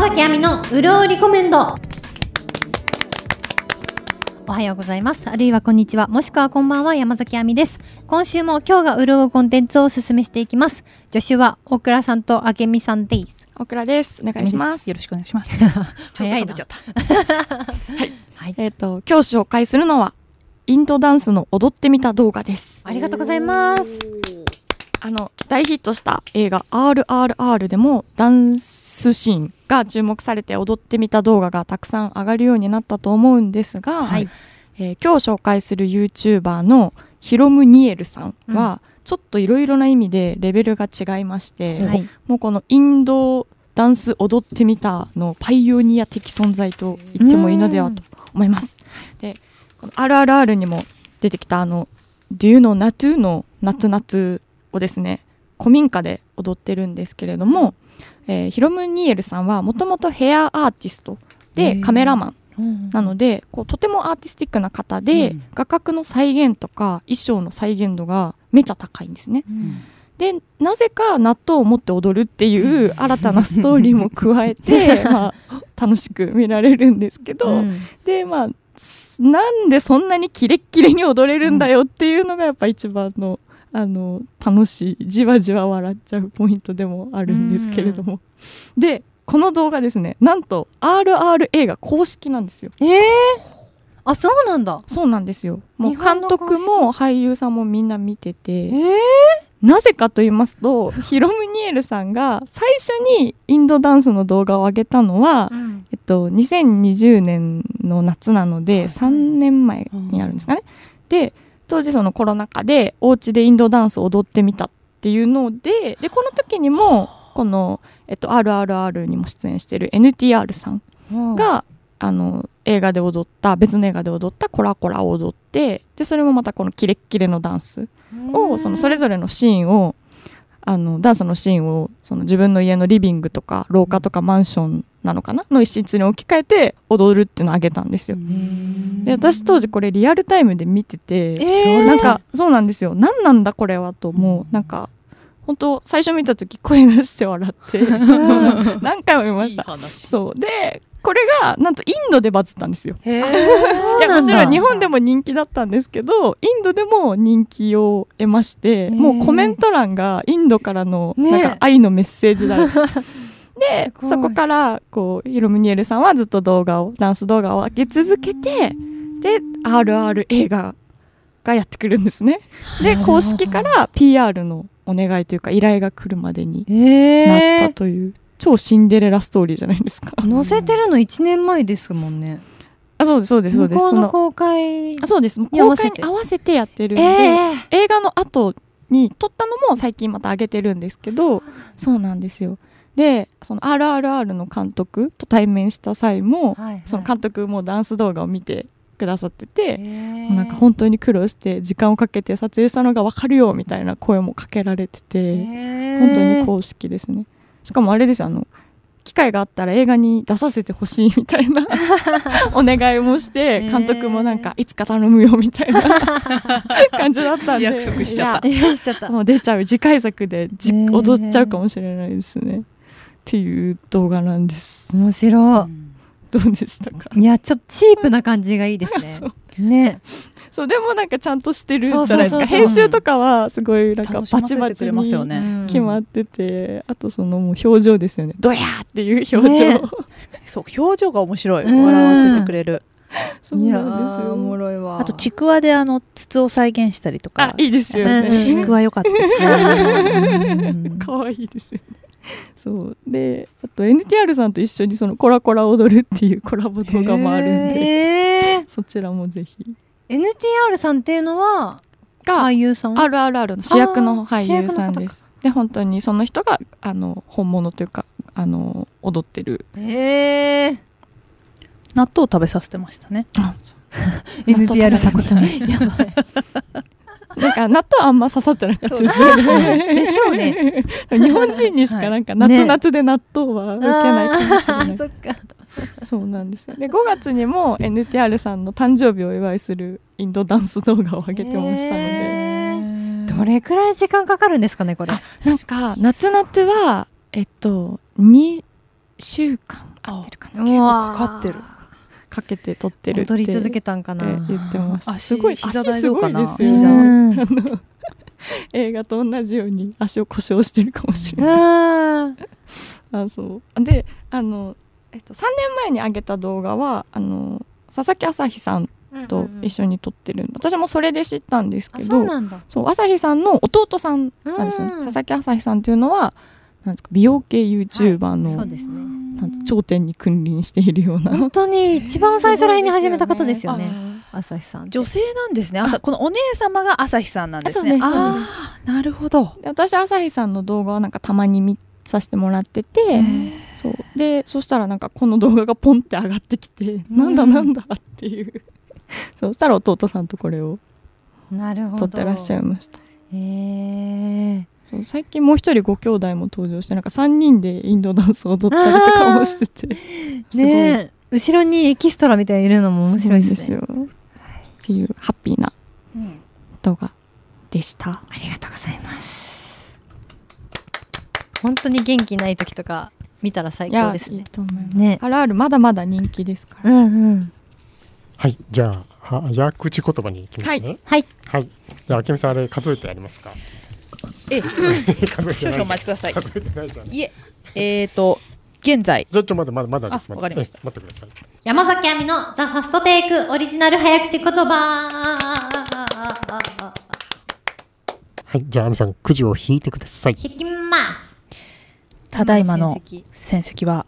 崎亜美のうろうリコメンドおはようございますあるいはこんにちはもしくはこんばんは山崎亜美です今週も今日がうろうコンテンツをおすすめしていきます助手は大倉さんとあけみさんですオクラです。お願いします。よろしくお願いします。早いなちょっと食べちゃっはいえっ、と今日紹介するのはインドダンスの踊ってみた動画です。ありがとうございますあの大ヒットした映画 RRR でもダンスシーンが注目されて踊ってみた動画がたくさん上がるようになったと思うんですが、はいえー今日紹介する YouTuber のヒロム・ニエルさんは、ちょっといろいろな意味でレベルが違いまして、はいもうこのインドダンス踊ってみたのパイオニア的存在と言ってもいいのではと思います。で、この RRR にも出てきたあの Do you know Natu のナツナツをですね、古民家で踊ってるんですけれども、えーヒロム・ニエルさんはもともとヘアアーティストへでーカメラマンなのででこうとてもアーティスティックな方で、うん画角の再現とか衣装の再現度がめちゃ高いんですね。でなぜか納豆を持って踊るっていう新たなストーリーも加えて、まあ、楽しく見られるんですけど、でまあすなんでそんなにキレッキレに踊れるんだよっていうのがやっぱ一番のあの楽しいじわじわ笑っちゃうポイントでもあるんですけれども、でこの動画ですねなんと RRA が公式なんですよ。えー、あそうなんだそうなんですよもう日本監の督公も俳優さんもみんな見てて、えーなぜかと言いますとヒロムニエルさんが最初にインドダンスの動画を上げたのは、えっと、2020年の夏なので3年前になるんですかね。で当時そのコロナ禍でお家でインドダンスを踊ってみたっていうのででこの時にもこの「えっと、RRR」にも出演してる NTR さんが、あの映画で踊った別の映画で踊った「コラコラ」を踊ってでそれもまたこのキレッキレのダンスをそのそれぞれのシーンをあのダンスのシーンをその自分の家のリビングとか廊下とかマンションなのかなの一室に置き換えて踊るっていうのをあげたんですよ。で私当時これリアルタイムで見てて、えーなんかそうなんですよ何なんだこれはと思う、なんか本当最初見た時声出して笑って 何回も見ましたた。そうでこれがなんとインドでバズったんですよ。へえ。いそうなやんもだちろん日本でも人気だったんですけどインドでも人気を得まして、ーもうコメント欄がインドからのねなんか愛のメッセージ だ、すでごいそこからこうヒロムニエルさんはずっと動画をダンス動画を上げ続けてで RR 映画がやってくるんですね。 でなるほど公式から PR のお願いというか依頼が来るまでになっえたという、超シンデレラストーリーじゃないですか。ー、載せてるの1年前ですもんねあそうですそうですそうです。向こうそのの公開あそうですもうに合わ公せて開に合わせてやってるんで、え映画の後に撮ったのも最近また上げてるんですけどそうなんですよでその RRR の監督と対面した際も、はいはいその監督もダンス動画を見てくださってて、えなんか本当に苦労して時間をかけて撮影したのが分かるよみたいな声もかけられてて、本当にこ公式ですねしかもあれですよあの機会があったら映画に出させてほしいみたい なお願いもしてー監督もなんかいつか頼むよみた いな感じだったんで約束しちゃったうえしちゃったいやもう出ちゃう次回作でじへー踊っちゃうかもしれないですねっていう動画なんです面白どうでしたかいいやちょっとチープな感じがいいですね そうねそうでもなんかちゃんとしてるじゃないですそうそうそうそうか編集とかはすごいなんか楽しバまチせバてくチれますよにね。うん決まっててあとそのもう表情ですよねドヤーっていう表情、ねそう表情が面白い。うん笑わせてくれる。 そういやなんでーすよおもろいわあとちくわであの筒を再現したりとあか。いいですようねんちくわ良かったですね。うん可愛いですよねそうであと NTR さんと一緒にそのコラコラ踊るっていうコラボ動画もあるんでえー、そちらもぜひ NTR さんっていうのはが俳優さん RRR の主役の俳優さんあー主役の方でかすで本当にその人があの本物というかあの踊ってるえー、納豆を食べさせてましたね。 NTR さんことねなんか納豆あんま刺さってなかったですよねでしょうね 日本人にしかなんかはいね夏夏で納豆は受けないかもしれない、 あーそっかそうなんですよ。で5月にも NTR さんの誕生日をお祝いするインドダンス動画を上げてましたので、えーどれくらい時間かかるんですかねこれなんか夏夏はえっとに週間合ってるかな結構うわーかかってるかけて撮ってるって踊り続けたんかな、えー言ってました足すごい膝足大す丈ご夫いかでなすよ膝ねうんあの映画と同じように足を故障してるかもしれうない、わーあそうであの、えっと、3年前に上げた動画はあの佐々木朝日さん と一緒に撮ってる、私もそれで知ったんですけあどそうなんだそう朝日さんの弟さんなんですよね、うん佐々木朝日さんっていうのはなんですか美容系 YouTuber の、そうですねなんだ頂点に君臨しているような本当に一番最初らへんに始めた方ですよねすごいで朝日さんって女性なんですね。朝このお姉様が朝日さんなんですあそうね。ですそうでああー、なるほど。で私朝日さんの動画をなんかたまに見させてもらってて、そうでそしたらなんかこの動画がポンって上がってきて、うんなんだなんだって いうそうしたら弟さんとこれをなるほ撮どってらっしゃいましたへえそう最近もう一人ご兄弟も登場してなんか3人でインドダンスを踊ったりとかもしてて ねえ後ろにエキストラみたいにいるのも面白いそでうですすねよっていうハッピーな動画でしたありがとうございます本当に元気ない時とか見たら最強ですいやいねいと思います、ねハラールまだまだ人気ですから、うんうんはい、じゃあ、は早口言葉に行きますね。はいはい、じゃあ、あけみさん、あれ数えてあ りますか。ええ、数えて少な々いじおゃん。待ちください。数えてないじゃん。じゃあ、いえ、えっ、ー、と、現在、ちょっとまだまだまだです。あまだわかりましたええ待ってください。山崎亜美のザ・ファストテイクオリジナル早口言葉はい、じゃあ、あみさん、くじを引いてください。引きますただいまの戦績は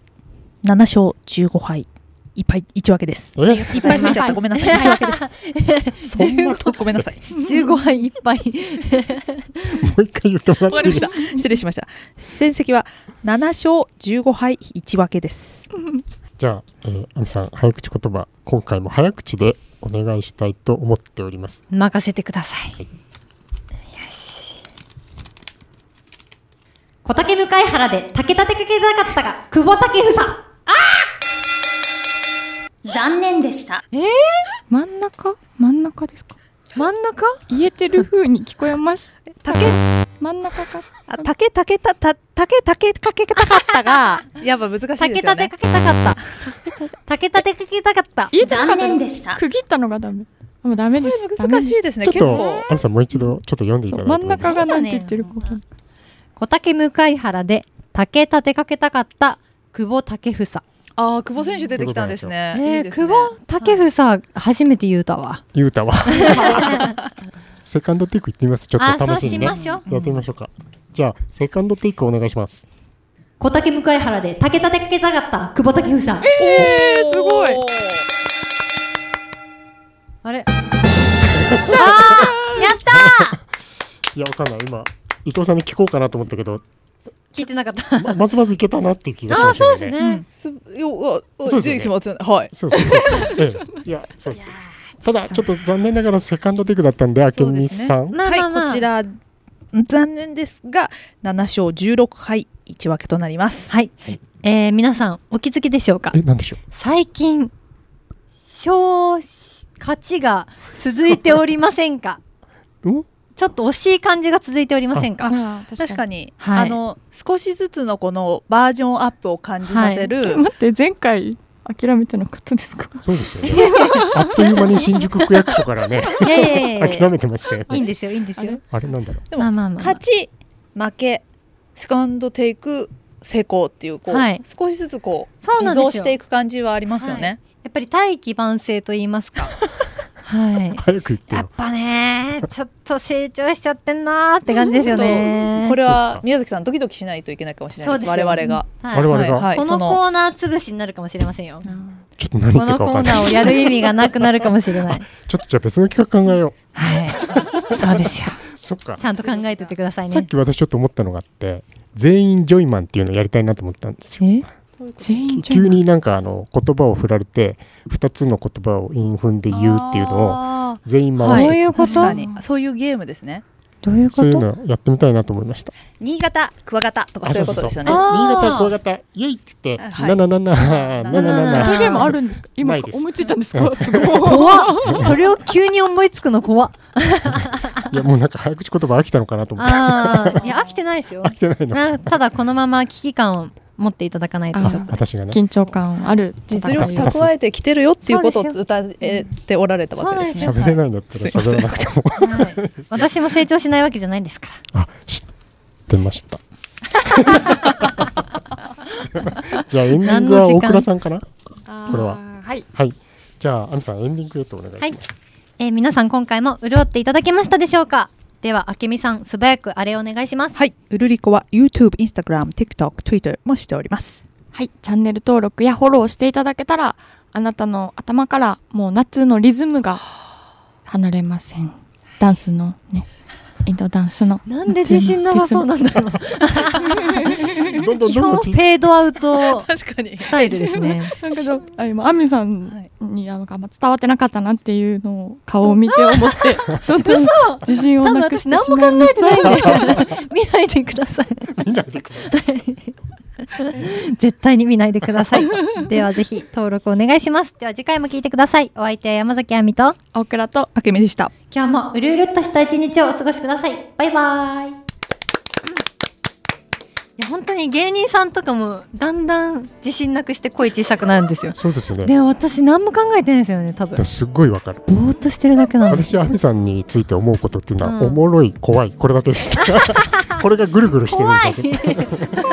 7勝15敗。いっぱい1分けです。え、 いっぱい増えちゃった。ごめんなさい。1分け です。そんなことごめんなさい。 15杯いっぱいもう一回言ってもらわっかていりいました。ですか。失礼しました。戦績は7勝15敗1分けです。じゃあ、えー、あみさん、早口言葉、今回も早口でお願いしたいと思っております。任せてください、よし小竹向原で竹立てかけたかったが久保竹房残念でした。真ん中真ん中ですか真ん中言えてる風に聞こえました竹、真ん中かあ竹、竹、た、た、竹、竹、かけたかったが、やっぱ難しいですよ 竹ね。立てかけたかった竹立てかけたかった言えてなか残った念でですした。区切ったのがダメあもうダメですこれ難しいでですね。ちょっ結と構、、あみさん、もう一度、ちょっと読んでいただいても真いんいです中か。がなんて言ってるか小竹向原で竹立てかけたかった久保竹房ああ、久保選手出てきたんですね。ねいえいですね久保竹房、初めて言うたわゆうたは。セカンドテイク行ってみます。ちょっと楽しみね。あそうしましょやってみましょうか。じゃあ、セカンドテイクお願いします。小竹向原で竹立てかけたかった久保竹房えー、すごいおーあ れあーやったーいや、わかんない。今、伊藤さんに聞こうかなと思ったけど、聞いてなかったままずまずいけたなっていう気がしあまあしそうたですよね、ね。すよああそうですよねジェイクスも集まってはい。そうそうそうで す。ええいや、そうです。ただ、ちょっと残念ながらセカンドテイクだったんで、あけみさん。まあまあまあ、はい、こちら残念ですが7勝16敗1分けとなります。はい、えー、皆さんお気づきでしょうかえ、なんでしょ最近勝勝ちが続いておりません かう。うんちょっと惜しい感じが続いておりませんかな確かに、はいあの少しずつのこのバージョンアップを感じさせる、待って前回諦めてなかったですかそうですよ ね。あっという間に新宿区役所からね、いやいやいやい諦やめてましたよいいんね。ですよいいんですよあれなんだろう。でもまあまあまあ、まあ勝、ち負けセカンドテイク成功っていうこう、はい少しずつこうそうな偽んですよ造していく感じはありますよね。やっぱり大器晩成と言いますか はい早く言ってやっよ。ぱねちょっと成長しちゃってんなーって感じですよねこれそうですかは宮崎さんドキドキしないといけないかもしれないですそうですよ我々が。はい我々が、はいこそののコーナー潰しになるかもしれませんよちょっと何こ言のってるかコわーかんなナいーをし。やる意味がなくなるかもしれないちょっとじゃあ別の企画考えよはいそうですよう。そっかち。ゃんと考えててくださいさっねき私ちょっと思ったのがあって、全員ジョイマンっていうのやりたいなと思ったんですよ。え全員急になんかあの言葉を振られて2つの言葉を韻踏んで言うっていうのをあ全員ー回して、どういうこと確かにそういうゲームですね。どういうそういうのやってみたいなと思いました。新潟クワガタとかそういうことですよね。あ新あー潟、小型、イエイって言って、はいなななななななあーそういうなゲームあるんですか今ないです思いついたんですかすごい怖っそれを急に思いつくの怖っいやもうなんか早口言葉飽きたのかなと思って。ああいや飽きてないですよ飽きてないの。なただこのまま危機感を持っていただかないとあちょあっと私がね。緊張感あるい戦ういをんうはんい力高えてきてるよってそうえておられたそ喋れないんだったらすいませ喋んらなくても。はい私も成長しないわけじゃないんですからあ、知って ました。じゃあエンディングは何の時間大倉さんかなこれははいはい。じゃあ、アミさん、エンディングへとお願いします。はいえー皆さん今回も潤っていただけましたでしょうかではあけみさん素早くあれお願いしますはい、うるりこは YouTube、Instagram、TikTok、Twitter もしております。はいチャンネル登録やフォローしていただけたらあなたの頭からもう夏のリズムが離れませんダンスのねインドダンスのなんで自信なさそうなんだろうどんどん基どんど本んフ小さいェードアウト確かに。スタイルですねなんかちょっとあ今アミさんにあのあんま伝わってなかったなっていうのを顔を見て思 って どんどん自信を多分なくし私てしまいま何したも考えてないんで見ないでください見ないでください。 絶対に見ないでくださ いではぜひ登録お願いしますでは次回も聞いてくださいお相手は山崎亜美と大倉とあけみでした。今日もうるうるっとした一日をお過ごしくださいバイバーイいや本当に芸人さんとかもだんだん自信なくして声小さくなるんですよそうですよね。でも私何も考えてないですよね多で分もすっごいわかる。ぼーっとしてるだけなんです私はアミさんについて思うことっていうのは、うんおもろい怖いこれだけです これがぐるぐるしてるん怖だい。けど